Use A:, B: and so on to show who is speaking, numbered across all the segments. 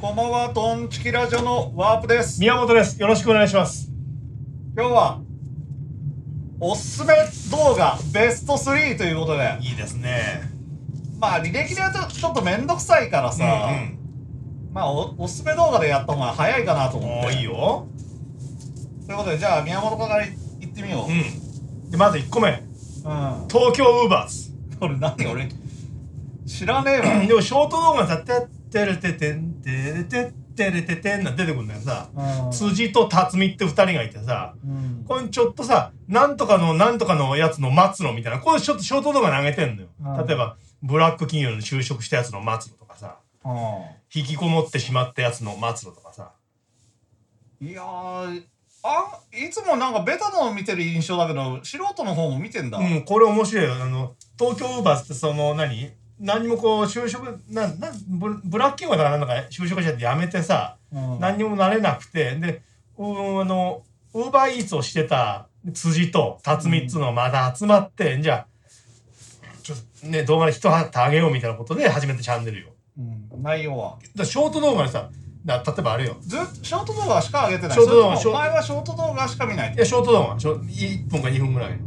A: こんばんは、トンチキラジオのワープです。
B: 宮本です。よろしくお願いします。
A: 今日は、おすすめ動画ベスト3ということで、
B: いいですね。
A: まあ履歴でやるとちょっとめんどくさいからさ、まあおおすすめ動画でやった方が早いかなと
B: うん、
A: 思
B: お
A: っ
B: ー
A: て。
B: いいよ。
A: ということで、じゃあ宮本からい行ってみよう。うん。
B: うん。でまず1個目、東京ウーバーズ。
A: これ何俺、知らねえわ。
B: でもショート動画だってってれててんてれてってれててんなんて出てくるんだよさ。辻と辰巳って2人がいてさ、
A: うん
B: これちょっとさ、なんとかのなんとかのやつの松野みたいな、これちょっとショート動画投げてんのよ
A: うん。
B: 例えば、ブラック企業に就職したやつの松野とかさ、
A: う
B: 引きこもってしまったやつの松野とかさ。
A: ん。いやー、あいつもなんかベタのを見てる印象だけど、素人の方も見てんだ。
B: うん、これ面白いよ。あの、東京ウーバーってその何、何もこう、就職、なん、なん、ブブラッキングだからなんか就職者って辞めてさ、
A: うん
B: 何にもなれなくて、で、うーんあの、ウーバーイーツをしてた辻と辰巳っつうのがまだ集まって、じゃあ、ちょっとね、動画で一旗あげようみたいなことで始めたチャンネルよ。
A: うん、内容は。
B: だからショート動画でさ、だ例えばあれよ。
A: ずっとショート動画しか上げてない。
B: ショート動
A: それと
B: 画
A: も
B: ショート
A: 前はショート動画しか見ない
B: い。や、ショート動画、ショ1分か2分ぐらい。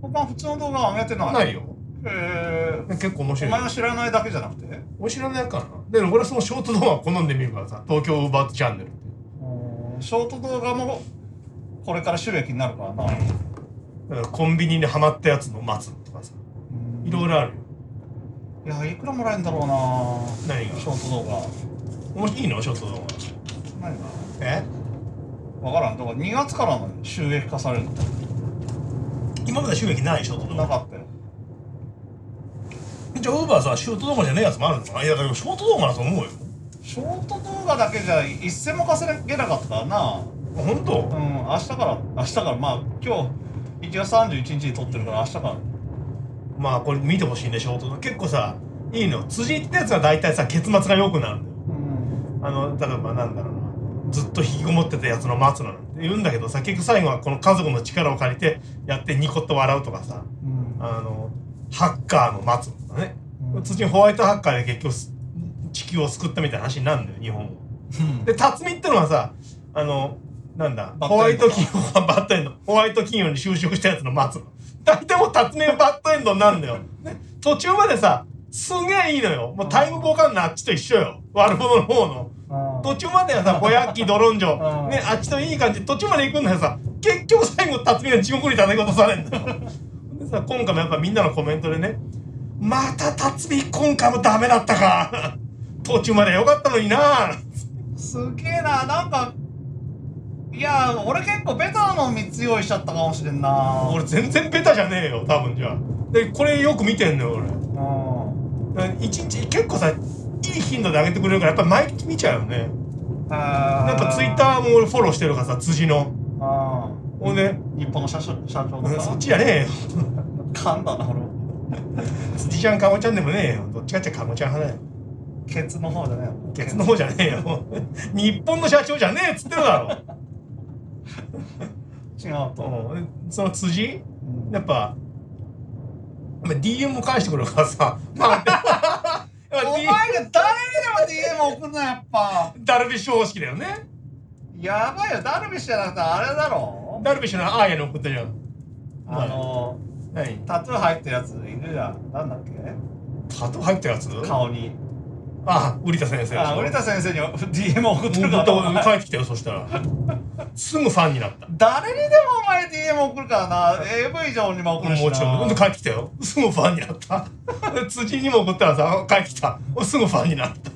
A: 他は普通の動画は上げてない。。
B: ないいよ。
A: え
B: 結構
A: ー、
B: 面
A: お
B: 白いよ
A: 前。は知らないだけじゃなくて
B: お知らないかなで俺はそのショート動画を好んで見るからさ東京ウーバーチャンネルって
A: ショート動画もこれから収益になるからな。
B: だからコンビニでハマったやつの待つとかさいろいろあるよ
A: いや、いくらもらえるんだろうな
B: 何が
A: ショート動画。
B: 面白いのショート動
A: 何が
B: 画え
A: わからん。だから2月からの収益化されるって
B: 今まで収益ないショート動
A: な
B: 画
A: かったよ。
B: じゃあウーバーさショート動画じゃねえやつもあるのかないやだからショート動画だと思うよ
A: ショート動画だけじゃ一銭も稼げなかったからな。
B: 本
A: う
B: 当
A: ん、明日から、明日から、まあ今日1月31日に撮ってるから明日から。
B: まあこれ見てほしいねショート動画結構さいいの辻ってやつは大体さ結末が良くなるんだよあの例えばなんだろうなずっと引きこもってたやつの松野なんて言うんだけどさ結局最後はこの家族の力を借りてやってニコッと笑うとかさ
A: うん
B: あのハッカーの松野とかね、
A: うん
B: 次にホワイトハッカーで結局す地球を救ったみたいな話になるんだよ日本を。で辰巳ってのはさあのなんだ
A: バッ
B: ホ
A: ド
B: ワ
A: エン
B: イ
A: ド
B: ト企業がバッドエンドホワイト企業に就職したやつの松野大体もう辰巳はバッドエンドになるんだよ、ね、途中までさすげえいいのよもうタイムボカンのあっちと一緒よ悪者の方の。途中まではさ、ぼやっき、ドロンジ
A: うん
B: ョ、ね、あっちといい感じ、途中まで行くんだけどさ、結局最後、辰巳が地獄に叩き落とされるんだよ。でさ、今回もやっぱみんなのコメントでね、また辰巳、今回もダメだったか。途中までよかったのにな。
A: すげえな、なんか、いや、俺結構ベタなの3つ用意しちゃったかもしれんな。
B: 俺、全然ベタじゃねえよ、多分じゃあ。で、これよく見てんのよ、
A: う
B: 俺。
A: ん。
B: だから一日、結構さ、いい頻度で上げてくれるから、やっぱ毎日見ちゃうよね。
A: な
B: なんかツイッターも俺フォローしてるからさ、辻の。
A: ー。
B: ほんで、
A: 日本の社長社長
B: うん
A: が
B: そ
A: さ
B: っ、ちじゃねえよ。
A: 噛んだな、俺。
B: 辻ちゃんかごちゃんでもねえよどっちかってかごちゃん派だよ
A: ケツの方じゃねえ
B: ケツの方じゃねえよ 日本の社長じゃねえっつってるだ
A: 違うと。
B: ろ、うん、その辻
A: うん
B: やっぱまあ DM も返してくるからさ、まあ やっぱ
A: お前
B: D-
A: が誰にでも DM 送んな、やっぱ。
B: ダルビッシュ方式だよね
A: やばいよ、ダルビッシュじゃなくてあれだろ。
B: ダルビッシュのああやに送ったじゃん
A: あの、
B: 何
A: タトゥー入ってるやついるじゃん。なんだっけ
B: タトゥー入ったやつあ
A: 顔に。
B: あ売田先生
A: あ、売田先生に DM 送って
B: 先
A: るか
B: 生
A: らな。
B: 帰ってきたよそしたらすぐファンになった
A: 誰にでもお前 DM 送るからな AV 以上にも送るしな
B: もちろん、で帰ってきたよ。すぐファンになった。で辻にも送ったらさ、帰ってきた。すぐファンになった。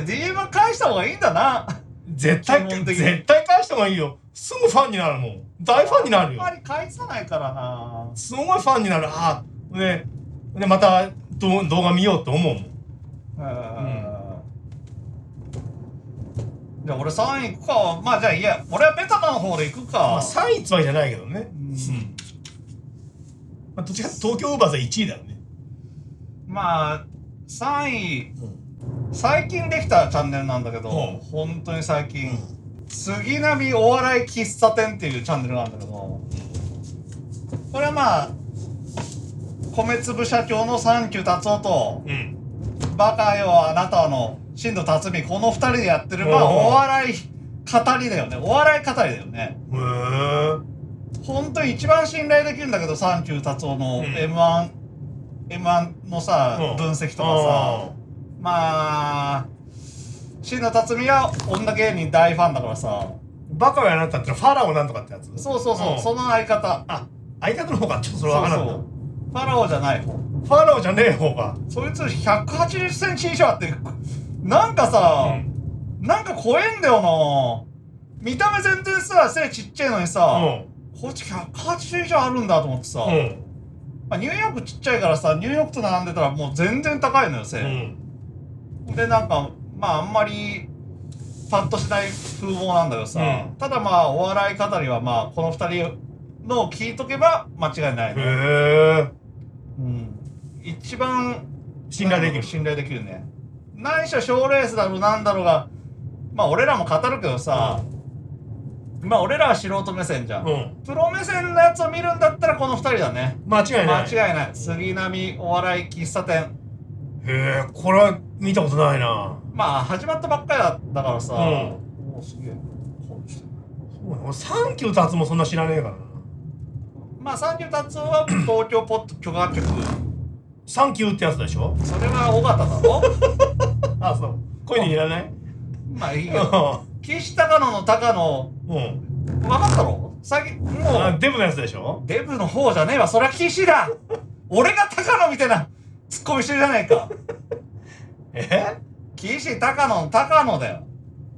A: じゃあ DM は返した方がいいんだな
B: 絶対、
A: 基本的に
B: 絶対返した方がいいよ。すぐファンになるもん。大ファンになるよ
A: あ。んまり返さないからな
B: すごいファンになる。ああ。で、で、またど動画見ようと思うもん。
A: うーんじゃあ俺3位行くかまあじゃあいいや俺はベタな方で行く
B: ま
A: か
B: あ、3位つまりじゃないけどね。
A: うん
B: うんまあ、どっちかっていうと東京ウーバーズは1位だよね。
A: まあ3位最近できたチャンネルなんだけど、
B: うん
A: 本当に最近、
B: うん
A: 杉並お笑い喫茶店っていうチャンネルなんだけどこれはまあ米粒社長のサンキュー達夫と
B: うん。
A: バカよあなたの新藤辰巳この二人でやってるまあ
B: うん
A: お笑い語りだよねお笑い語りだよね
B: へえ
A: 本当に一番信頼できるんだけどサンキュー達夫の
B: うん
A: m 1 m 1のさ、
B: うん
A: 分析とかさまあ新藤辰巳は女芸人大ファンだからさ
B: バカをやなったってのはファラオなんとかってやつ
A: そうそうそう、
B: うん
A: その相方
B: あ相方の方がちょっとそ
A: そ
B: れ分からんな
A: うファラオじゃない方
B: ファラオじゃねえ方が
A: そいつ1 8 0ンチ以上あってなんかさ、なんか怖えんだよな見た目全然さ背ちっちゃいのに
B: う
A: さ、
B: ん
A: こっち180以上あるんだと思ってさ、
B: うん
A: まあ、ニューヨークちっちゃいからさニューヨークと並んでたらもう全然高いのよ
B: う
A: 背、
B: ん
A: でなんかまああんまりパッとしない風貌なんだけどさ、
B: うん
A: ただまあお笑い語りはまあこの2人のを聞いとけば間違いない
B: へ
A: ね、
B: え
A: うん、一番
B: 信頼できる
A: 信頼できるねないしは賞レースだろうなんだろうがまあ俺らも語るけどさ、まあ俺らは素人目線じゃん、
B: うん
A: プロ目線のやつを見るんだったらこの2人だね
B: 間違い
A: 間
B: ないへ
A: 違いない杉並お笑い喫茶店
B: えこれは見たことないな
A: まあ始まったばっかりだだからさ、
B: うん
A: おおすげえこうして
B: そうね俺サンキュー達もそんな知らねえからな
A: まあ三級達夫は 東京ポッド許可局
B: サンキューってやつでしょ
A: それは尾形だろ
B: あそうこういうのいらない
A: まあいいけど
B: う
A: 岸高野の高野
B: んうん
A: 分かったろ最近もう
B: あデブのやつでしょ
A: デブの方じゃねえわ、そりゃ岸だ俺が高野みたいなツッコミしてるじゃないか。
B: え
A: 岸高野の高野だよ。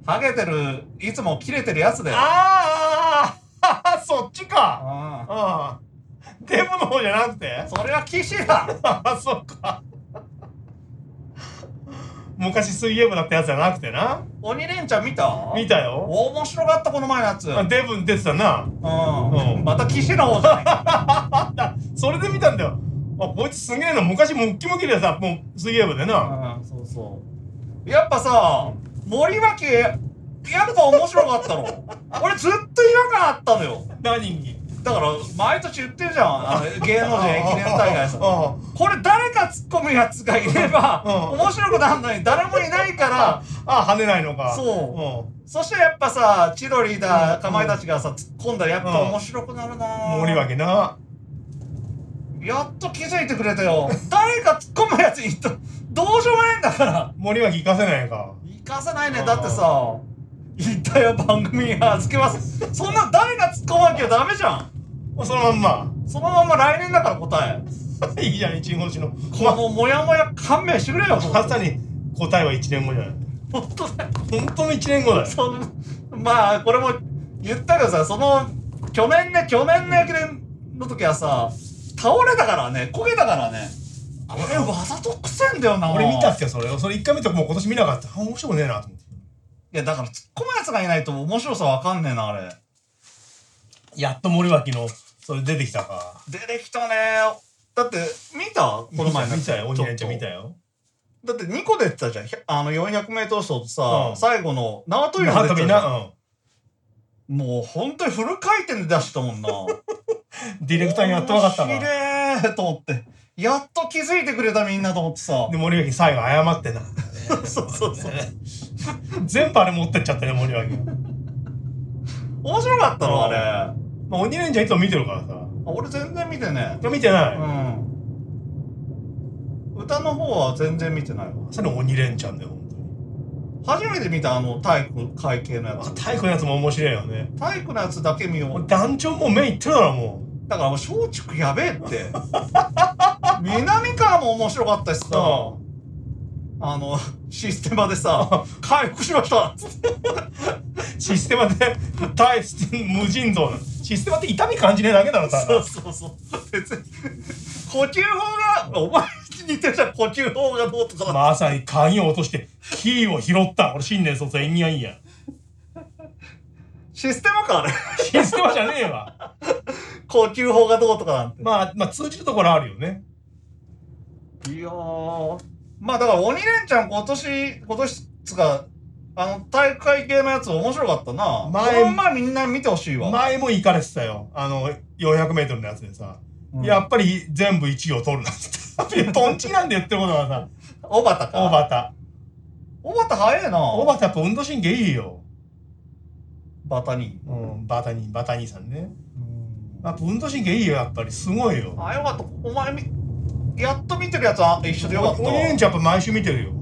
A: ハゲてる、いつも切れてるやつだよ。
B: あーあーそっちか
A: あ
B: ああデブの方じゃなくて
A: あそれは岸だ
B: ああそっか昔水泳部だったやつじゃなくてな
A: 鬼レンチャン見た
B: 見たよ
A: お面白かった、この前のやつ。う。
B: あデブ出てたなんうん
A: また岸の方じゃないか。
B: あだそれで見たんだよあこいつすげえな昔ムッキムキでさもう水泳部でな
A: うん、そうそう。やっぱさ、森脇、やっぱ面白かったの。俺ずっと違和感あったのよ。
B: 何に
A: だから、毎年言ってるじゃん。あの芸能人駅伝大会さ。
B: あ
A: これ誰か突っ込むやつがいれば、
B: うん
A: 面白くなるのに誰もいないから
B: ああ跳ねないのか
A: そそしてやっぱさ千鳥だかまいたちがさ突っ込んだらやっぱ面白くなるな
B: うん、森脇な
A: やっと気づいてくれたよ誰か突っ込むやつにとどうしようもないんだから
B: 森脇行かせないのか
A: 行かせないねだってさ言ったよ番組に預けますそんな誰が突っ込まなきゃダメじゃん
B: そのまんま
A: そのまま来年だから答え
B: いいじゃん一年越しの
A: このモヤモヤ勘弁してくれよ
B: まさに答えは一年後じゃない
A: 本当だよ
B: 本当の一年後だよ
A: そのまあこれも言ったけどさその去年ね去年の駅伝の時はさ倒れたからね焦げたからねあれわざとくせんだよな
B: 俺見たっ
A: い
B: すよそれをそれ一回見てもう今年見なかったあ面白くねえなと思って
A: やだから突っ込むやつがいないと面白さわかんねえなあれ
B: やっと森脇のそれ出てきたか
A: 出てきたねだって見たこの前の
B: 見たよ鬼レンチャン見た
A: ちょっ
B: よ
A: とだって2個出てたじゃんひゃあの 400m 走とさ、
B: うん
A: 最後の縄跳びも
B: 縄
A: 出て
B: 跳
A: た
B: び
A: じゃん
B: な、
A: もう本当にフル回転で出してたもんな
B: うん、ディレクターにやっと分かった
A: 面
B: な
A: 白いと思って。やっと気づいてくれたみんなと思ってさ。
B: で森脇最後謝ってな
A: そうそうそう。
B: 全部あれ持ってっちゃったね森脇が、
A: 面白かったのあれ。あ
B: まあ、鬼レンチャンいつも見てるからさ
A: 俺全然見てね。
B: 見てな
A: う
B: い、
A: ん。歌の方は全然見てないわ。
B: それ鬼レンチャンだよ本当に
A: 初めて見たあの体育会系のや
B: あ
A: つ。
B: 体育のやつも面白いよね
A: 体育のやつだけ見よう。
B: 団長もう目いってるだろも
A: だからもう松竹やべえ って。南川も面白かったしさ。
B: う
A: あの、システマでさ、回復しましたっつって
B: うシステマで体無尽蔵なシステマって痛み感じねえだけだろただ
A: そうそうそう。別に、呼吸法が、お前に似てるじゃん、呼吸法がどうとかだ。
B: まさに鍵を落としてキーを拾った俺新年卒縁起がいいや
A: システムか、あれ。
B: システマじゃねえわ
A: 呼吸法がどうとかなんて。
B: まあまあ通じるところあるよね
A: いやー。まあだから、鬼レンチャン今年、今年つか、あの、大育会系のやつ面白かったな。
B: 前
A: この前みんな見てほしいわ。
B: 前も行かれてたよあの 400m のやつでさ、
A: うん
B: やっぱり全部1位を取るなっつってトンチなんで言ってることがさ
A: 小畑か。
B: 大畑
A: おばた早えな
B: おばたやっぱ運動神経いいよ。
A: バタに
B: うん、バタニー、バタニーさんね。やっぱ運動神経いいよ、やっぱり。すごいよ。
A: あよかったお前みやっと見てるやつは一緒でよかった
B: お兄ちゃんやっぱ毎週見てるよ。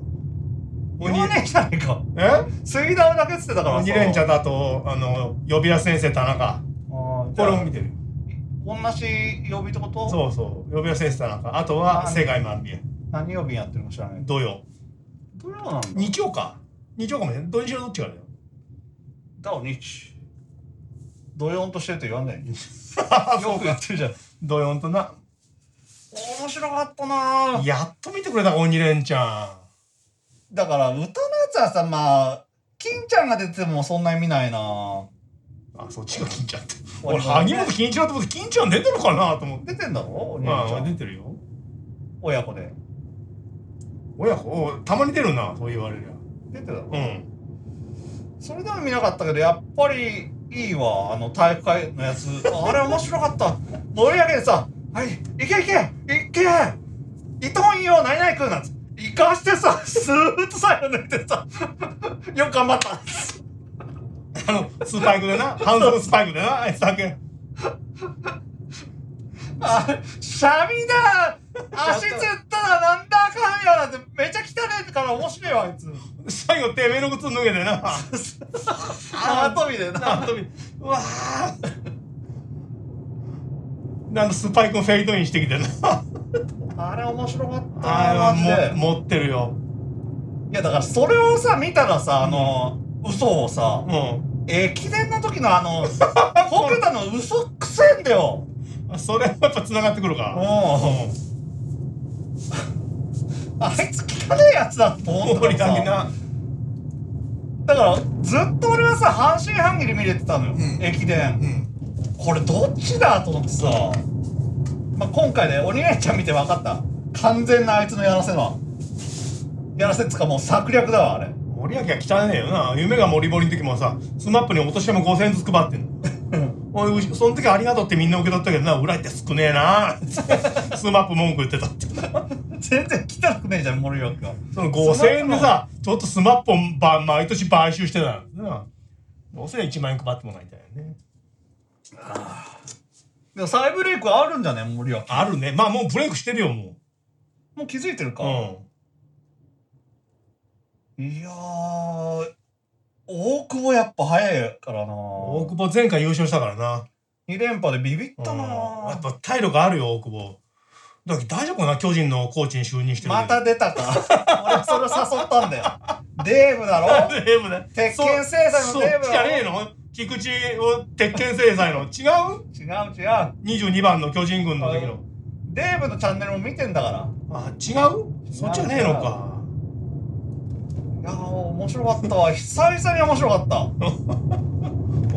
A: 言わねえじゃねえか
B: え
A: 水ダウだけっつってたから
B: 鬼レンチャ
A: ゃ
B: ーだと、あの、呼び出し先生田中。
A: こ
B: これ
A: れ
B: も見てる。
A: 同じ曜日ってことう
B: そうそう。呼び出し先生田中。あとは、
A: あ
B: 世界万里
A: 何曜日やってるのか知らない
B: 土曜。
A: どういうのなんだ
B: 日曜か。日曜かもしれない。土日はどっちかだよ。
A: だお日ドヨンとしてると言わない よ
B: そう
A: く言ってるじゃん
B: 土曜とな。
A: 面白かったなぁ
B: やっと見てくれたか、鬼レンチャん。
A: だから歌のやつはさまあ金ちゃんが出てもそんなに見ないなぁ
B: あ、そっちが金ちゃんって。
A: 俺
B: 俺、萩本欽一郎と思って、金ちゃん出てるかなと思って。
A: 出てんだろお兄ち
B: ま
A: ゃ
B: あ、
A: ん
B: 出てるよ。
A: 親子で
B: 親子、おたまに出るな、そう言われる
A: 出てたろ
B: や。うん。
A: それでも見なかったけどやっぱりいいわあの体育会のやつあれ面白かった盛り上げてさ「はい行け行け行け伊藤よ何々くん」なんつ行かしてさスーッと最後抜いてさ 「よく頑張った」
B: あの、スパイクで な、反則スパイクでな、あいつだけ。
A: あシャミだ足つったらなんだかんやなんてめちゃ汚ねえから面白いわあいつ
B: 最後、てめえの靴脱げてな。
A: 縄跳びでな
B: 縄跳び。うわあ。であのスパイクもフェイドインしてきてな。
A: あれ面白かったな
B: あ
A: マジで
B: あ、も、持ってるよ。
A: いやだからそれをさ見たらさあの、嘘をさ、
B: うん。
A: 駅伝の時のあの北斗の嘘くせえんだよ
B: あそれはやっぱ繋がってくる
A: う
B: か。
A: んあいつ汚ねえやつだと思った
B: 盛
A: か
B: り
A: ら
B: 上げ
A: さ
B: な。
A: だからずっと俺はさ半信半疑で見れてたのよ、
B: ん
A: 駅伝
B: うん。
A: これどっちだと思ってさ、まあ、今回で鬼レンチャん見て分かった完全なあいつのやらせのやらせっつうかもう策略だわあれ
B: 盛り上げは汚ねえよな。夢が盛り盛りの時もさ、スマップにお年玉5000円ずつ配ってんの。おいうしその時ありがとうってみんな受け取ったけどな裏行って少ねえな スマップ文句言ってたって
A: 全然汚くねえじゃん森脇が
B: その5000円でさちょっとスマップをば毎年買収してたんだな5000円1万円配ってもらいたいよね
A: でも再ブレイクあるんじゃね森脇
B: あるねまあもうブレイクしてるよも
A: もう気づいてる
B: う
A: か、
B: う
A: いやー大久保やっぱ早いからなん
B: 大久保前回優勝したからな
A: 2連覇でビビっ
B: うん
A: たな
B: やっぱ体力あるよ大久保だけど大丈夫かな巨人のコーチに就任してる
A: また出たか俺それ誘ったんだよ デーブだろ
B: デーブね
A: 鉄拳制裁
B: そ
A: の
B: そっ
A: デーブ
B: ちじゃ
A: だ
B: ねえ
A: ろ
B: の菊池を鉄拳制裁の違う
A: 違う違う
B: ?22 番の巨人軍の時の
A: デーブのチャンネルも見てんだから
B: あ違うそっちはねえのか
A: いやー面白かったわ久々に面白かった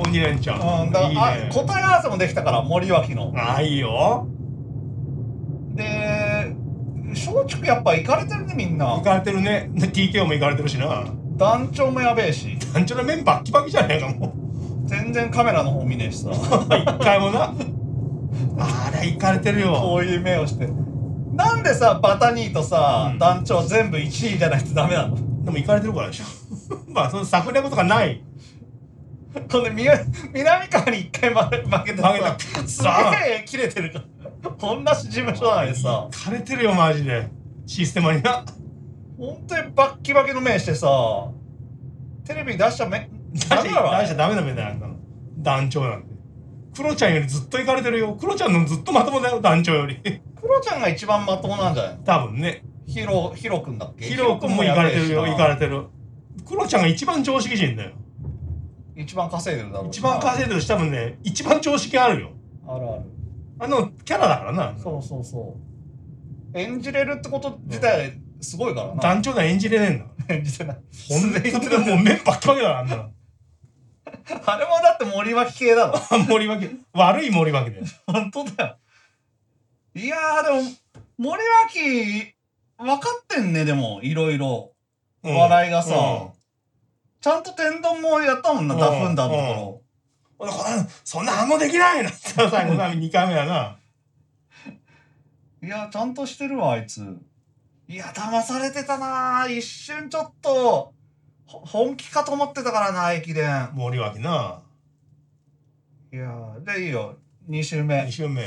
B: 鬼レンチャン
A: うんだから
B: いい
A: あ
B: ね
A: 答え合わせもできたから森脇の
B: あいいよ
A: で松竹やっぱ行かれてるねみん
B: 行
A: な
B: かれてるね TKO も行かれてるしな
A: 団長もやべえし
B: 団長のメンバーバキバキじゃねえかも
A: 全然カメラの方見ねえしさ
B: う一回もなあれ行かれてるよ
A: こういう目をしてなんでさバタニーとさ、
B: うん
A: 団長全部1位じゃないとダメなの
B: でも行かれてるからでしょ まあその策略とかない
A: この南南川に1回負け負けて
B: 負け た
A: さ
B: ピッ
A: す
B: ツ
A: げ
B: ァ
A: え切れてるから同じ事務所なのにさ
B: 行かれてるよマジでシステマにな
A: 本当にバッキバキの目してさテレビに出しちゃめダメだろあ
B: 大
A: れ
B: しダメだめだよあんなの団長なんてクロちゃんよりずっと行かれてるよクロちゃんのずっとまともだよ団長より
A: クロちゃんが一番まともなんじゃないの
B: 多分ね
A: ヒロヒロ君だっけ
B: ヒロ君も行かれてるよ
A: ヒロ
B: 行
A: 君もやべえしな
B: かれてるクロちゃんが一番常識人だよ
A: 一番稼いでるだろうな
B: 一番稼いでるし多分ね一番常識あるよ
A: あるある
B: あのキャラだからな
A: そうそうそう演じれるってこと自体すごいからな
B: 団長なん演じれねえんだから
A: 演じてない
B: ほん
A: 素で
B: とにもう目ばっかりだからあん なの
A: あれもだって森脇系 だろ
B: 森脇悪い森脇で
A: 本当だよいやーでも森脇分かってんねでもいろいろ
B: うん
A: 笑いがさ
B: うん
A: ちゃんと天丼もやったもんな
B: うん
A: ダフンダのとこ
B: 俺こんなそんな反応できないなって 最後な2回目だな
A: ろいやーちゃんとしてるわあいついや、騙されてたな一瞬ちょっと、ほ本気かと思ってたからな、駅伝。
B: 森脇ない
A: やーで、いいよ。2周目
B: 2。周目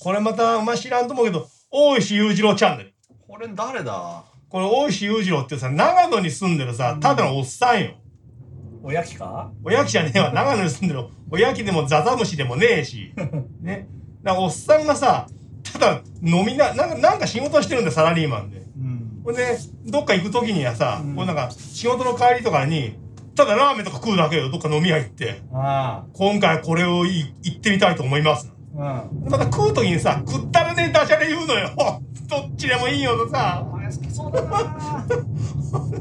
B: これまたあんま知らんと思うけど大石裕次郎チャンネル
A: これ誰だ
B: これ大石裕次郎ってさ長野に住んでるさただのおっさんよ
C: おやきか
B: おやきじゃねえわ長野に住んでるおやきでもザザムシでもねえしねだからおっさんがさただ飲みななんかなんか仕事してるんだサラリーマンで
A: うん。
B: ほんでどっか行く時にはさ、
A: うん
B: こうなんか仕事の帰りとかにただラーメンとか食うだけよどっか飲み屋行って
A: あ
B: 今回これをい行ってみたいと思います
A: あ。うん。
B: また食う時にさ食ったらねえダジャレ言うのよ どっちでもいいよと
A: お
B: さ
A: 前好きそうだな
B: 食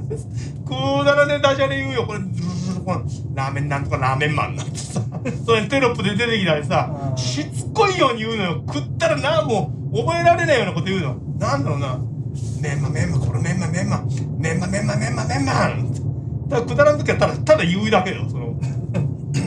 B: うだらねえダジャレ言うよこれずるずるこのラーメンなんとかラーメンマンなんてさ それテロップで出てきたりさ
A: うん
B: しつこいように言うのよ食ったらなもう覚えられないようなこと言うのなんだろうなメンマメンマこれメンマメンマメンマメンマメンマメンマただくだらん時はただただ言うだけよその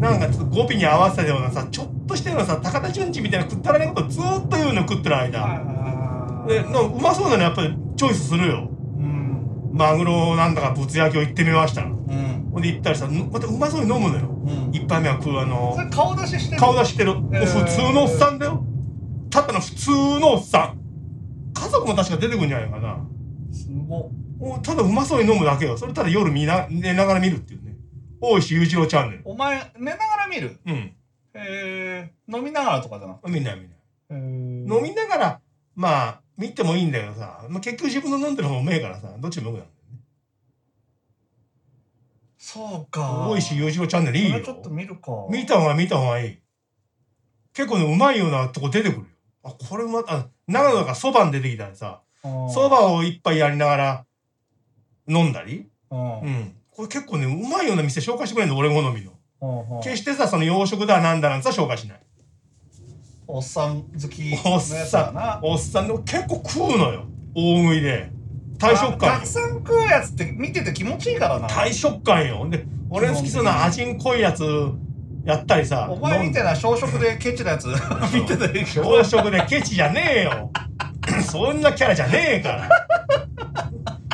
B: なんかちょっと語尾に合わせたようなさちょっとしたようなさ高田純次みたいなくったらねえことずーっと言うの食ってる間
A: あ
B: でなんかうまそうなのやっぱりチョイスするよ
A: うん。
B: マグロなんだかぶつ焼きを行ってみました
A: うん。
B: ほんで行ったりしたらんまたうまそうに飲むのよ
A: うん。
B: 一杯目は食うあの
A: それ顔出ししてる
B: 顔出してるもう
A: えー
B: 普通のおっさんだよただの普通のおっさん家族も確か出てくんじゃないかな
A: すごっ
B: もうただうまそうに飲むだけよそれただ夜見な寝ながら見るっていうね大石裕次郎チャンネル
A: お前、寝ながら見る
B: うん
A: えー、飲みながらとかじゃなくて。
B: 見ない見ない
A: えー、
B: 飲みながらまあ見てもいいんだけどさ、まあ、結局自分の飲んでる方もうめえからさどっちもよくなる
A: そうか。
B: 大石裕次郎チャンネルいい
A: そ
B: よ
A: れちょっと見るか。
B: 見た方が見た方がいい結構ねうまいようなとこ出てくるよあこれまたあ長野がそばに出てきたらさそばを一杯やりながら飲んだり
A: うん。う。
B: うんんこれ結構ねうまいような店紹介してくれるの俺好みの
A: うん。
B: 決してさその洋食だなんだなんてさ紹介しない
A: おっさん好き
B: お
A: の
B: っ
A: やつだ
B: さ
A: なん
B: おっさんでも結構食うのよ大食いで大
A: た
B: 食感
A: く
B: よ
A: さん食うやつって見てて気持ちいいからな
B: 大食感よで俺の好きそうな味ん濃いやつやったりさ
A: お前みたいな小食でケチなやつ 見てていいけど
B: 朝食でケチじゃねえよ そんなキャラじゃねえから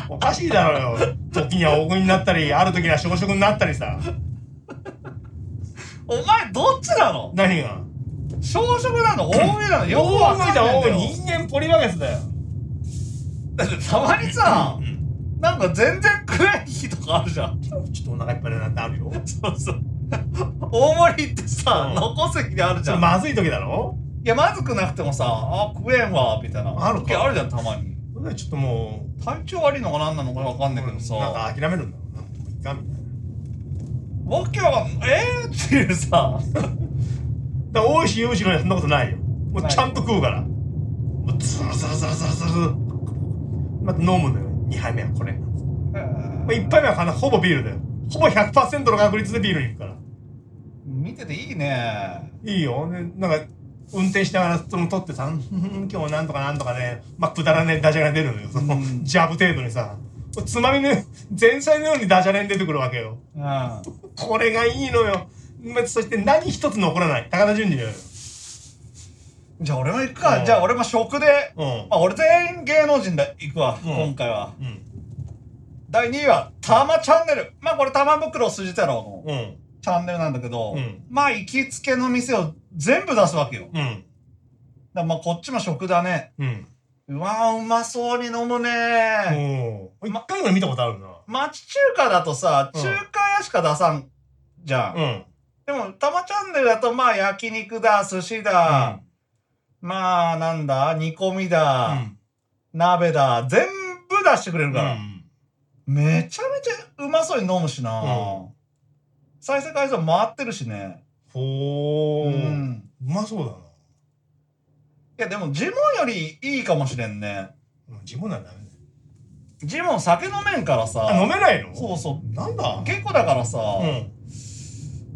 B: おかしいだろうよ時には大食いになったりある時には小食になったりさ
A: お前どっちなの
B: 何が
A: 小食なの大食いなのよく
B: 大
A: わ
B: 食
A: か
B: い
A: んな
B: だ
A: いん
B: 大
A: だ
B: 食
A: よ
B: い人間ポリバケツだよ
A: だ ってたまにさ
B: うん
A: なんか全然食えん日とかあるじゃん
B: ちょっとお腹いっぱいになってあるよ
A: そうそう大盛りってさ
B: うん
A: 残す日であるじゃ
B: それ
A: んい
B: まずい時だろ
A: やまずくなくてもさあ食えんわみたいな
B: あるか
A: 時あるじゃんたまに
B: それでちょっとも
A: 体調悪いのか何なのかわか
B: うん
A: ないけどさ
B: なんか諦めるんだろうなもういいかみたいな
A: わけはえー、っていう さ
B: だから大石裕次郎にはそんなことないよもうちゃんと食うからもうズルズルズルズルズルまた飲むのよ2杯目はこれまあ、1杯目はかなほぼビールだよほぼ100%の確率でビールに行くから
A: 見てていいね
B: いいよ、ね、なんか運転しながらその撮ってさ 「うん今日なんとかなんとかねまあくだらねえダジャレが出るのよその、
A: うん
B: ジャブ程度にさつまみの前菜のようにダジャレに出てくるわけよ
A: うん
B: これがいいのよまあそして何一つ残らない高田純次だよ
A: じゃあ俺も行く
B: う
A: か
B: ん
A: じゃあ俺も食で
B: うん
A: まあ俺全員芸能人で行くわ
B: うん
A: 今回は
B: うん
A: 第2位は「たまチャンネル」まあこれ玉袋筋太郎の
B: うん
A: チャンネルなんだけど
B: うん
A: まあ行きつけの店を全部出すわけよだか
B: うん
A: らまあこっちも食だね
B: うん
A: うわーうまそうに飲むね
B: お1回ぐらい見たことあるな
A: 町中華だとさ
B: うん
A: 中華屋しか出さんじゃん
B: うん
A: でも、たまチャンネルだと、まあ、焼肉だ、寿司だ、まあ、なんだ、煮込み
B: う
A: だ、
B: ん
A: 鍋だ、全部出してくれる
B: うん
A: から、めちゃめちゃうまそうに飲むしな、
B: うん
A: 再生回数回ってるしね。
B: ほ
A: う。
B: ーうんまそうだな
A: いや、でも、ジモンよりいいかもしれんね。
B: うん自分ならダメだよ
A: ジモン酒飲めんからさ、
B: あ飲めないの
A: そうそう
B: なんだ
A: 結構だからさ、
B: うん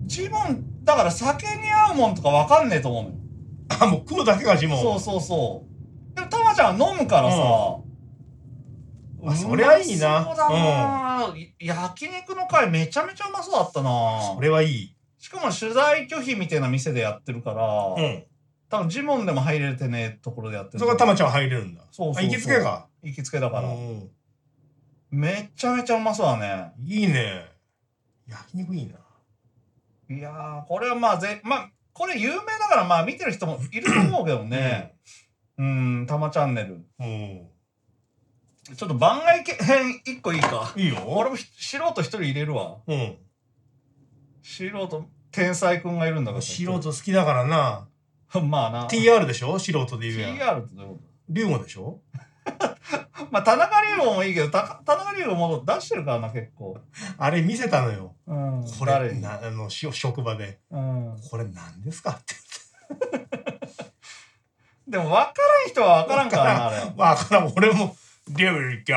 A: ジモン、だから酒に合うもんとかわかんねえと思うのよ。
B: あもう食うだけが自問
A: そうそうそう。でも、たまちゃんは飲むからさ、
B: あそりゃいいな
A: うまそうだな、い焼肉の会めちゃめちゃうまそうだったな
B: それはいい
A: しかも取材拒否みたいな店でやってるから、
B: うん
A: 多分ジモンでも入れてねえところでやってる
B: そこはたまちゃんは入れるんだ
A: そうそうそう
B: あ行きつけか
A: 行きつけだから
B: うん
A: めちゃめちゃうまそうだね
B: いいね焼肉いいない
A: やーこれはまあぜまあこれ有名だからまあ見てる人もいると思うけどねうん「たまチャンネル
B: うん」
A: ちょっと番外編1個いいか
B: いいよ
A: 俺もひ素人1人入れるわ
B: うん
A: 素人天才くんがいるんだから
B: 素人好きだからな
A: まあな
B: TR でしょ素人で言うやん
A: TR ってどういうこ
B: 龍吾でしょ
A: とまあ田中龍吾もいいけどた田中龍吾も出してるからな結構
B: あれ見せたのよ
A: うん
B: これ
A: に
B: なあのし職場で
A: うん
B: これ何ですかって
A: でも分からん人は分からんから なあれ
B: まあからん俺も「There we go」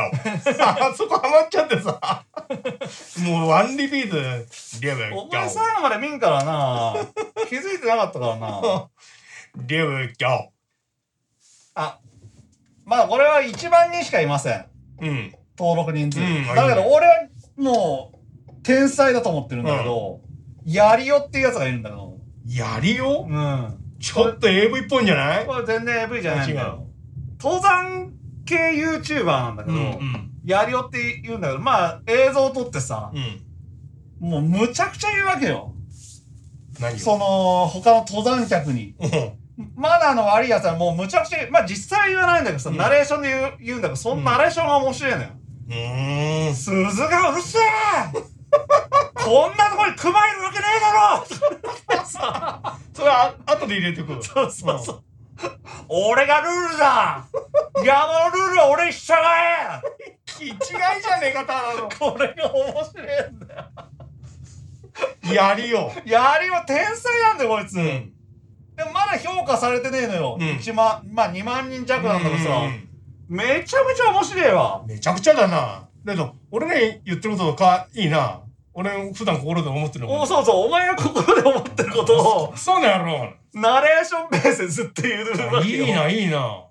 B: あ そこハマっちゃってさもうワンリピートで「There we
A: お
B: go」
A: 前最後まで見んからな気づいてなかったからな
B: There we go
A: あまあこれは1番人しかいません
B: うん
A: 登録人数、
B: うん
A: だけど俺はもう天才だと思ってるんだけど、やりよっていうやつがいるんだけど
B: やりよ
A: うん
B: ちょっと AV っぽいんじゃない
A: これ全然 AV じゃないんだ
B: 違う
A: よ登山系 YouTuber なんだけ
B: う
A: ど、
B: んうん
A: やりよって言うんだけどまあ映像を撮ってさ
B: う、ん
A: もうむちゃくちゃ言うわけよ
B: 何よ
A: その他の登山客に
B: うん
A: マナーの悪いやつはもうむちゃくちゃ、まあ実際は言わないんだけどさ、
B: うん
A: ナレーションで言う言うんだけど、そのナレーションが面白いのよ。
B: うーん
A: 鈴がうるせえこんなとこにクマいるわけねえだろさ
B: それあ後で入れてく
A: そうそうそう。俺がルールだ山のルールは俺に従え
B: 気違いじゃねえかただの
A: これが面白いんだよ。
B: やりよ
A: やりは天才なんだよ、こいつ。
B: うん
A: でもまだ評価されてねえのよ。
B: うん
A: 1万、まあ2万人弱なんだけどさ、
B: うん
A: めちゃめちゃ面白いわ。
B: めちゃくちゃだなだけど俺が言ってることとかいいな俺普段心で思ってるも
A: お
B: ん
A: そうそう、お前が心で思ってることを、
B: そうな野
A: ナレーションベースでずっと言う
B: 郎
A: わけよ。
B: いいな、いいな。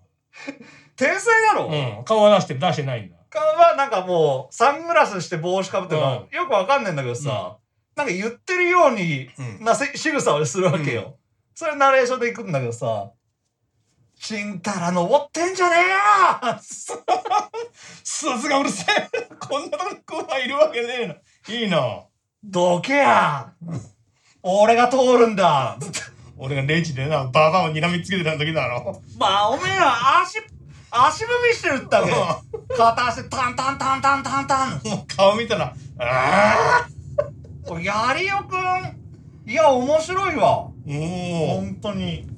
A: 天才だろ、
B: うん。顔は出して、出してないんだ。
A: かはなんかもう、サングラスして帽子かぶってるの
B: う
A: よくわかんないんだけどさ、なんか言ってるように
B: うん。
A: なせ仕草をするわけよ。それナレーションでいくんだけどさ、ちんたら登ってんじゃねえよ
B: 鈴がうるせえ。 こんなとこにクマいるわけねえな。いいな。
A: どけや俺が通るんだ
B: 俺がレジでな、ババアを睨みつけてた時だろ。
A: まあおめえら足、足踏みしてるったけ。片足でタンタンタンタンタンタン。
B: もう顔見たら、ああ
A: やりよくんいや面白いわ
B: もう、
A: 本当に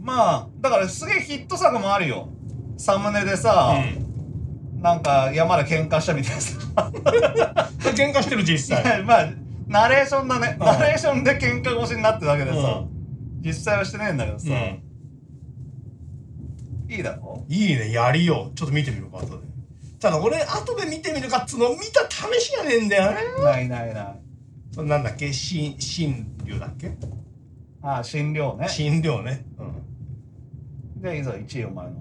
A: まあだからすげえヒット作もあるよサムネでさ、
B: うん。
A: なんか山で喧嘩したみたいなさ
B: 喧嘩してる実際。
A: まあナレーションだね、
B: うん
A: ナレーションで喧嘩腰になってるだけでさ、
B: う
A: 実際はしてねえんだけどさ、
B: うん。
A: いいだろ
B: いいね、やりよう。ちょっと見てみるか、後で。ただ俺、後で見てみるかっつうの、見た試しやねえんだよね。
A: ないないない
B: それなんだっけ新、新流だっけ
A: ああ診療ね
B: 新流ね。うん。
A: でいざ1位お前の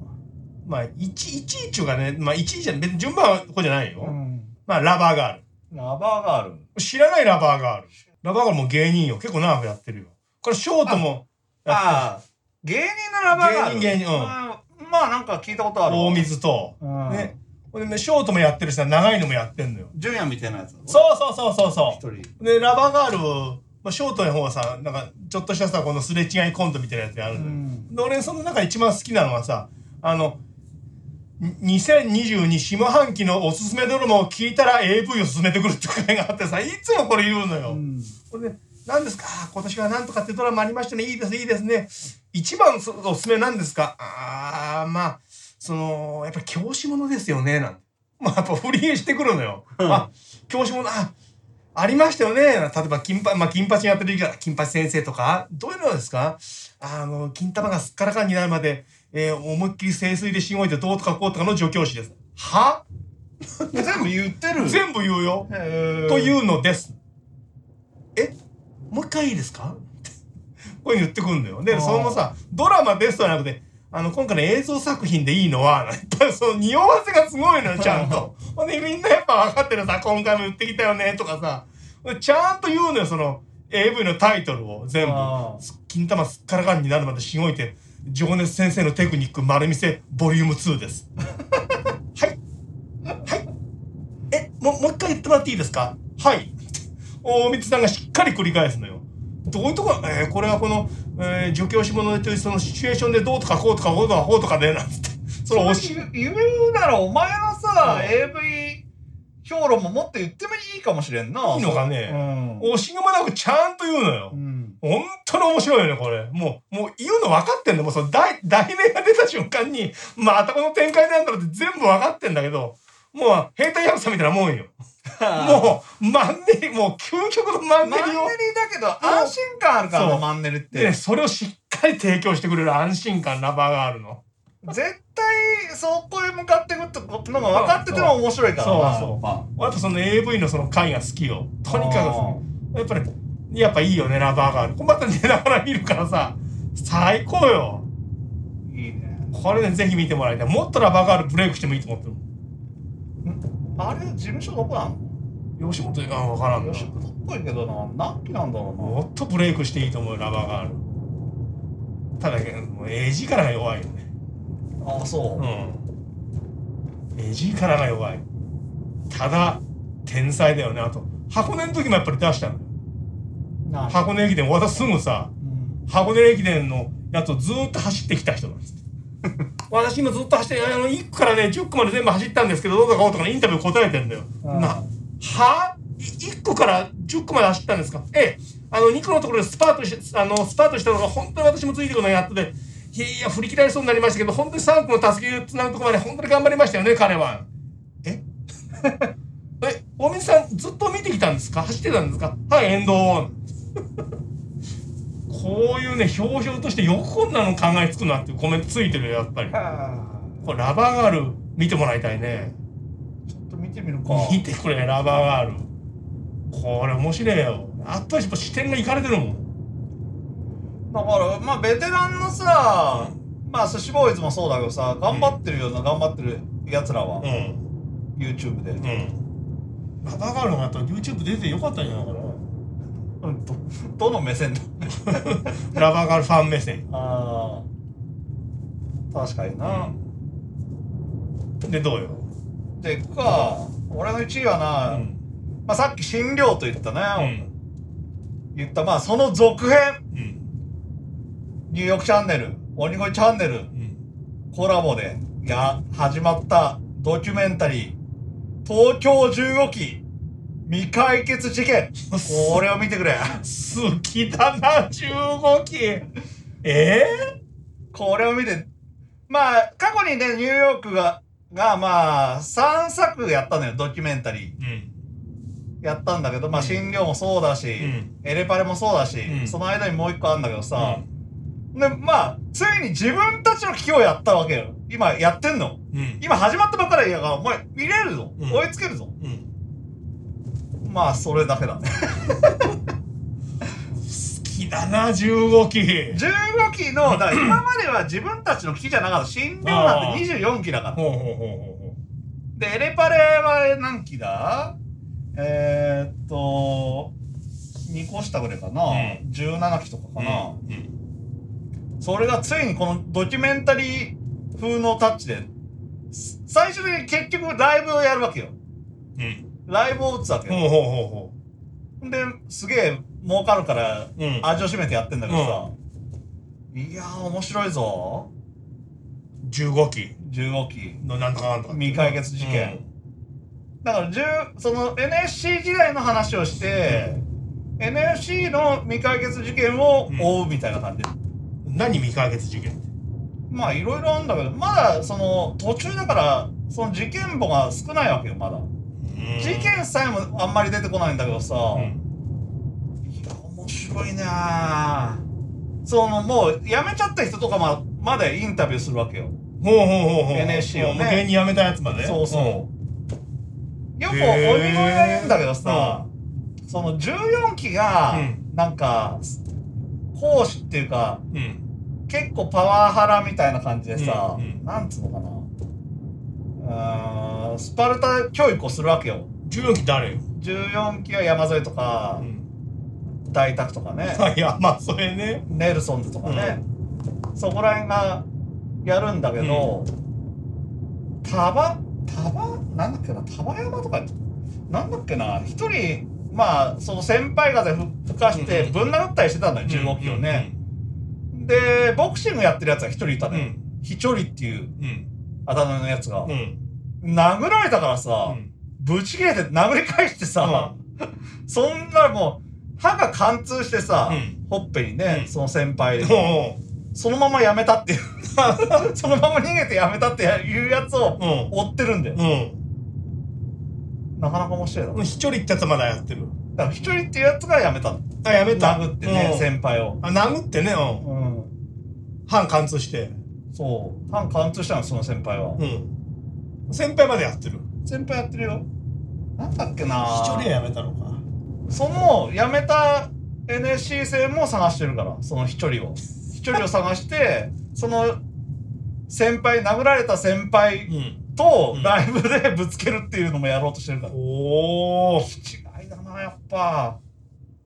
B: まあ、1位、1位中がね、まあ、1位じゃ、別に順番はここじゃないよ。
A: うん
B: まあ、ラバーガー
A: ラバーガール
B: ル。知らないラバーガール。ラバーガールも芸人よ。結構長くやってるよ。これ、ショートもやっ
A: ああ芸人のラバーガール
B: 芸人芸人うん
A: まあまあなんか聞いたこと
B: て
A: あ
B: る。
A: る
B: 大水と。
A: うん
B: ね。これね、ショートもやってるしさ、長いのもやってんのよ。
A: ジュニアみたいなやつ
B: そうそうそうそうそ
A: 一人
B: う。で、ラバーガールを、まあ、ショートの方はさ、なんか、ちょっとしたさ、このすれ違いコントみたいなやつやるのよ。で俺、その中で一番好きなのはさ、あの、に2022下半期のおすすめドラマを聞いたら AV を勧めてくるって会があってさ、いつもこれ言うのよ。
A: うん
B: これで何ですかあー今年は何とかってドラマありましたねいいですいいですね一番そおすすめなんですかああまあそのやっぱり教師ものですよねなんて まあやっぱ振りしてくるのよ、あ教師ものあありましたよね例えば金八、まあ、金八やってる時から金八先生とかどういうのですかあの金玉がすっからかんになるまで、えー思いっきり清水でしごいてどうとかこうとかの助教師ですは
A: 全部言ってる
B: 全部言うよ
A: 部
B: といううのです。えもう一回いいですかってこういうの言ってくんのよ。
A: あ
B: で、
A: ー
B: そのさ、ドラマですとはなくて、あの、今回の映像作品でいいのは、 やっぱりその匂わせがすごい のよ、ちゃんと。ほんで、みんなやっぱ分かってるさ、今回も言ってきたよね、とかさ、ちゃんと言うのよ、その、 AV のタイトルを全部
A: あー
B: 金玉すっからかんになるまでしごいて「情熱先生のテクニック丸見せボリューム2です」 はいはいえももう一回言ってもらっていいですかはい大光さんがしっかり繰り返すのよどういうとこ、えーこれはこの、えー、助教師者というそのシチュエーションでどうとかこうとかこうとかこうとかでなんつってそれを教え
A: それ言う言うならお前のさ、
B: うん
A: AV 評論ももっと言ってもいいかもしれんない
B: いのかね
A: うん
B: 惜しげもなくちゃんと言うのよ、
A: うん
B: 本当に面白いよね、これ。もう、もう言うの分かってんだ。もうその題、題名が出た瞬間に、またこの展開なんだろうって全部分かってんだけど、もう兵隊ヤクザみたいなもんよ。もう、マンネリ、もう究極のマ
A: マ
B: ン
A: ン
B: ネ
A: ネリ
B: リを。
A: だけど安心感あるから
B: そ
A: な
B: う
A: マンネリって、
B: でね、それをしっかり提供してくれる安心感、ラバーがあるの。
A: 絶対そこへ向かっていくことのが分かってても面白いからな
B: そうそう
A: やっ
B: あとその AV のその回が好きよ。
A: ぱ
B: とにかくそのやっぱり、やっぱいいよね、ラバーがある。これまた寝ながら見るからさ、最高よ。
A: うんいいね
B: これね、ぜひ見てもらいたい。もっとラバーがあるブレイクしてもいいと思ってる。
A: あれ事務所どこなの
B: 吉本が分からんな
A: 吉本っぽいけどな何期なんだろ
B: もっとブレイクしていいと思うラバーガールただもうエジからが弱いよね
A: うなああそう、
B: うんエジからが弱いただ天才だよねあと箱根の時もやっぱり出したの
A: なあ
B: 箱根駅伝終わったすぐさ
A: うん
B: 箱根駅伝のやつをずーっと走ってきた人なんです 私今ずっと走ってあの1区からね10区まで全部走ったんですけどどうとかこうとかのインタビュー答えてんだよ
A: うん
B: なはあ1個から10個まで走ったんですかええあの2個のところでスパートしあのスパートしたのが本当に私もついてこないやっとでいやいや振り切られそうになりましたけど本当に3区のたすきをつなぐところまで本当に頑張りましたよね彼はえ え大水さんずっと見てきたんですか走ってたんですかはい沿道を こういうねひょうひょうとしてよくこんなの考えつくなっていうコメントついてるよやっぱり
A: は
B: これラバーガール見てもらいたいね
A: あちょっと見てみるか
B: 見てこれラバーガールこれ面白いよやっぱり視点がいかれてるもん
A: だからまあベテランのさまあ寿司ボーイズもそうだけどさ頑張ってるような頑張ってるやつらは、
B: うん
A: YouTube で、
B: うんラバーガールがやっぱ YouTube 出てよかったんじゃないかな
A: うんどどの目線だ
B: ラバーガールファン目線
A: ああ確かにな、
B: でどうよ、
A: でか俺の1位は
B: う
A: な、
B: ん
A: まあ、さっき診療と言ったね、
B: うん
A: 言ったまあその続編
B: うん
A: ニューヨークチャンネル鬼越チャンネル
B: うん
A: コラボでや始まったドキュメンタリー「東京15期未解決事件」これを見てくれ
B: 好きだな15期え
A: これを見てまあ過去にねニューヨークががまあ3作やったのよドキュメンタリ
B: ー、うん
A: ーやったんだけどまあ診療もそうだし、
B: うん
A: エレパレもそうだし、
B: うん
A: その間にもう一個あんだけどさ、でまあついに自分たちの企業やったわけよ今やってんの
B: うん
A: 今始まったばっかりやからお前見れるぞ、
B: うん
A: 追いつけるぞ
B: うん
A: まあそれだけだね
B: 好きだな15期
A: 15期のだから今までは自分たちの期じゃなかった診療なんて24期だから
B: ほうほうほうほうほう
A: でエレパレは何期だえー、っと2個下ぐらいかな、
B: うん
A: 17期とかかな、
B: うん
A: それがついにこのドキュメンタリー風のタッチで、す最終的に結局ライブをやるわけよ。
B: うん
A: ライブを打つわけ
B: ほ
A: よ。
B: うほうほうほ
A: で、すげえ儲かるから、
B: ううん
A: 味を占めてやってんだけどさ。いやー、面白いぞ。
B: 15期
A: 15期。
B: のなんとかなんとか
A: 未解決事件だから10、その NSC 時代の話をして、NSC の未解決事件を追うみたいな感じで。
B: うん何未解決事件って
A: まあ、いろいろあるんだけど、まだその途中だから、その事件簿が少ないわけよ、まだ。事件さえもあんまり出てこないんだけどさ、
B: う
A: い
B: ん
A: や面白いなあそのもう辞めちゃった人とかままでインタビューするわけよ
B: ほうほうほうほう
A: NSC をね
B: もう芸人辞めたやつまで
A: そうそう、よく
B: へ
A: 鬼
B: え
A: 越が言うんだけどさ、その14期が
B: うん
A: なんか、講師っていうか
B: うんうん
A: 結構パワハラみたいな感じでさ、
B: うんうん
A: なんつうのかなうーんスパルタ教育をするわけよ
B: 14期誰よ
A: 14期は山添とか、
B: うん
A: 大拓とかね
B: あいやまあそれね
A: ネルソンズとかね、そこら辺がやるんだけど、タバタバなんだっけなタバ山とかなんだっけな一人まあその先輩風吹かしてぶん殴ったりしてたんだよ15キロね、でボクシングやってるやつが一人いた
B: うん
A: ね、よひちょりっていう
B: うん
A: あだ名のやつが、
B: うんうん
A: 殴られたから
B: う
A: さ、
B: ん
A: ぶち切れて殴り返してさ、そんなもう歯が貫通してさ、
B: うん
A: ほっぺにね、
B: うん
A: その先輩
B: も
A: そのまま辞めたっていう そのまま逃げて辞めたっていうやつを
B: ううん
A: 追ってるんで、
B: うん
A: なかなか面白いだろ
B: うん一人ってやつはまだやってる
A: だから一人っていうやつが辞めたの
B: あやめた
A: 殴ってね
B: うん
A: 先輩を
B: あ殴ってねうん
A: うん
B: 反貫通して
A: そう反貫通したのその先輩は、
B: うん先輩までやってる
A: 先輩やってるよなんだっけな
B: 一人はやめたのか
A: その辞めた NSC 生も探してるからその一人を一人を探してその先輩殴られた先輩
B: ん
A: と
B: うん
A: ライブでぶつけるっていうのもやろうとしてるから
B: おお
A: 違いだなやっぱ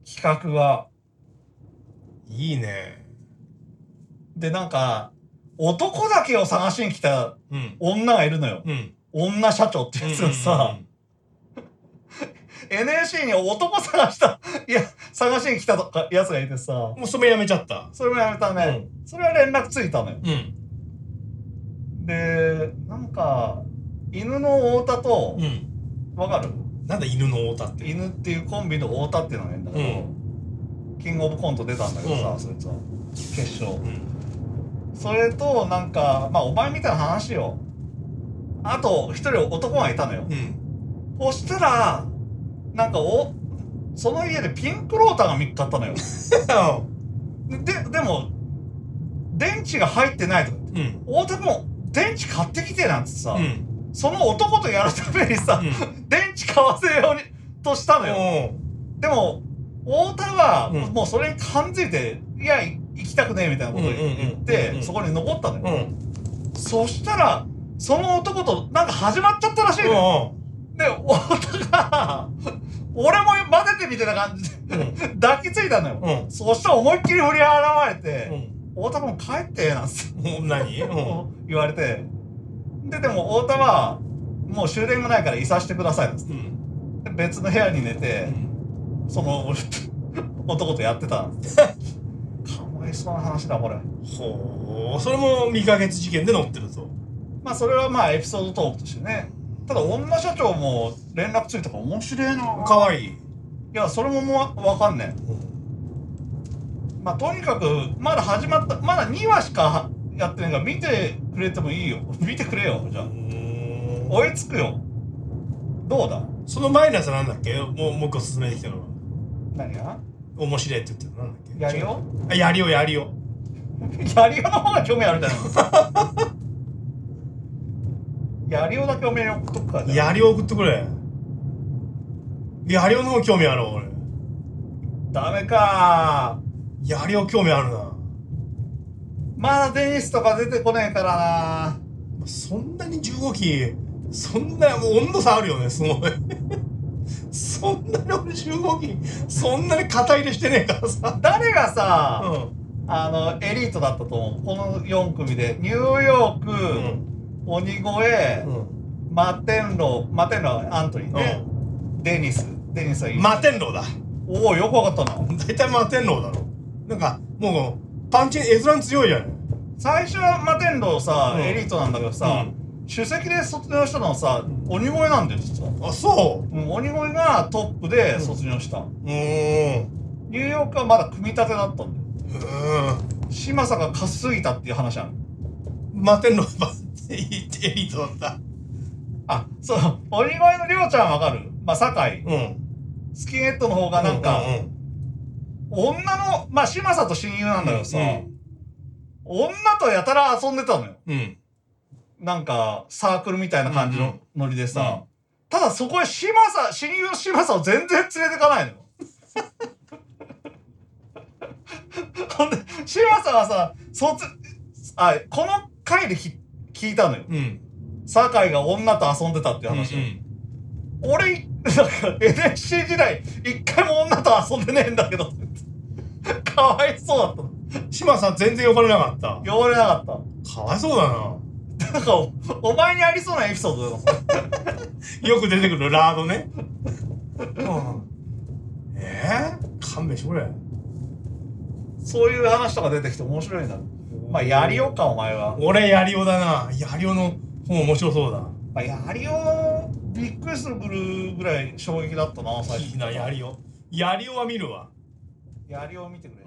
A: 企画はい
B: いね
A: でなんか男だけを探しに来た
B: うん
A: 女がいるのよ
B: うん
A: 女社長ってやつがさ、NSC に男探したいや探しに来たとかやつがいてさ
B: もうそれやめちゃった
A: それもやめたね、それは連絡ついたのよ
B: うん
A: でなんか犬の太田と
B: うん
A: わかる
B: なんだ犬の太田って
A: 犬っていうコンビの太田っていうのがいるんだけど、
B: う
A: キングオブコント出たんだけどさ、
B: うん
A: そいつは決勝
B: うん
A: それとなんかまあお前みたいな話よあと一人男がいたのよ
B: うん
A: そしたらなんかおその家でピンクローターが見っかったのよででも電池が入ってないとか
B: うんうん
A: 太田君電池買ってきてなんつってさ、
B: うん
A: その男とやるためにさ、電池買わせようにとしたのよ。でも、太田は、
B: うん
A: もうそれに感づいて、いや、い行きたくねえみたいなことを
B: うんうんうん
A: 言っ
B: うんう
A: て、
B: ん
A: そこに残ったの
B: うんう
A: よ。
B: んうん
A: そしたら、その男となんか始まっちゃったらしいのよ。で、太田が、俺も混ぜてみたいな感じで
B: うん
A: 抱きついたのよ。
B: うん
A: そしたら思いっきり振り払われて、
B: う
A: 太田君帰って、なんつって
B: んうん何うん
A: 言われて。で、でも太田は、もう終電がないからいさしてくださいなんつって。
B: うん
A: で別の部屋に寝て、その男とやってたん ですよかわいそうな話だこれ
B: ほうそれも未可月事件で載ってるぞ
A: まあそれはまあエピソードトークとしてねただ女社長も連絡ついたから面白いな
B: かわいい
A: いやそれももうわかんねえまあとにかくまだ始まったまだ2話しかやってないから見てくれてもいいよ見てくれよじゃあ
B: うん
A: 追いつくよどうだ
B: その前のやつなんだっけもうもう一個進めてきたのは
A: 何が
B: 面白いって言ってたのなんだっ
A: や
B: け
A: りよ
B: あやりよやりよ
A: やりよの方が興味あるじゃない やりよだけおめえに送っとくからじゃあ
B: やりを送ってくれやりをの方興味あるわ俺
A: ダメか
B: やりを興味あるな
A: まだデニスとか出てこねえからな
B: そんなに15期そんなもう温度差あるよねすごいそんなに俺15期そんなに肩入れしてねえからさ
A: 誰が
B: う
A: さ、
B: ん
A: あのエリートだったと思うこの4組でニューヨーク、
B: うん
A: 鬼越、
B: うん
A: マテンロマテンロアントニーね、デニスデニスはいい
B: 摩天楼だ
A: おおよくわかったな
B: 大体摩天楼だろなんかもうパンチ閲覧強いじゃない
A: 最初はマテンロさ、
B: うん
A: エリートなんだけどさ、
B: う
A: 首席で卒業したのはさ
B: うん
A: 鬼越なんだよ実は、
B: あそう
A: うん、鬼越がトップで卒業した、
B: うーん
A: ニューヨークはまだ組み立てだったんだよ
B: うーん
A: 嶋佐がかすいたっていう話なの
B: 摩天楼はエリートだった
A: あそう鬼越のりょうちゃんわかるまあ酒井
B: うん
A: スキンヘッドの方がなんか、
B: うん
A: 女のまあ嶋佐と親友なんだけどさ、
B: うん
A: 女とやたら遊んでたのよ
B: うん
A: なんかサークルみたいな感じ
B: うんう
A: の
B: ん
A: ノリでさ、
B: うん
A: ただそこへ嶋佐親友の嶋佐を全然連れてかないのよ ほんで嶋佐はさ卒あこの回でき聞いたのよ
B: うん
A: 酒井が女と遊んでたっていう話を、
B: うん
A: 俺、なんか NSC 時代、一回も女と遊んでねえんだけどってかわいそうだったな
B: 島さん全然呼ばれなかった
A: 呼ばれなかった
B: かわいそうだな
A: なんかおお前にありそうなエピソードだなそれ
B: よく出てくるラードね。えー、勘弁してくれ。
A: そういう話とか出てきて面白いなまあやりようかお前は、
B: 俺、ヤリオだな。ヤリオの本面白そうだ。
A: まあ、やりようびっくりするぐらい衝撃だったな最
B: いい
A: 初
B: な、ヤリオ。ヤリオは見るわ。
A: やりを見てくれ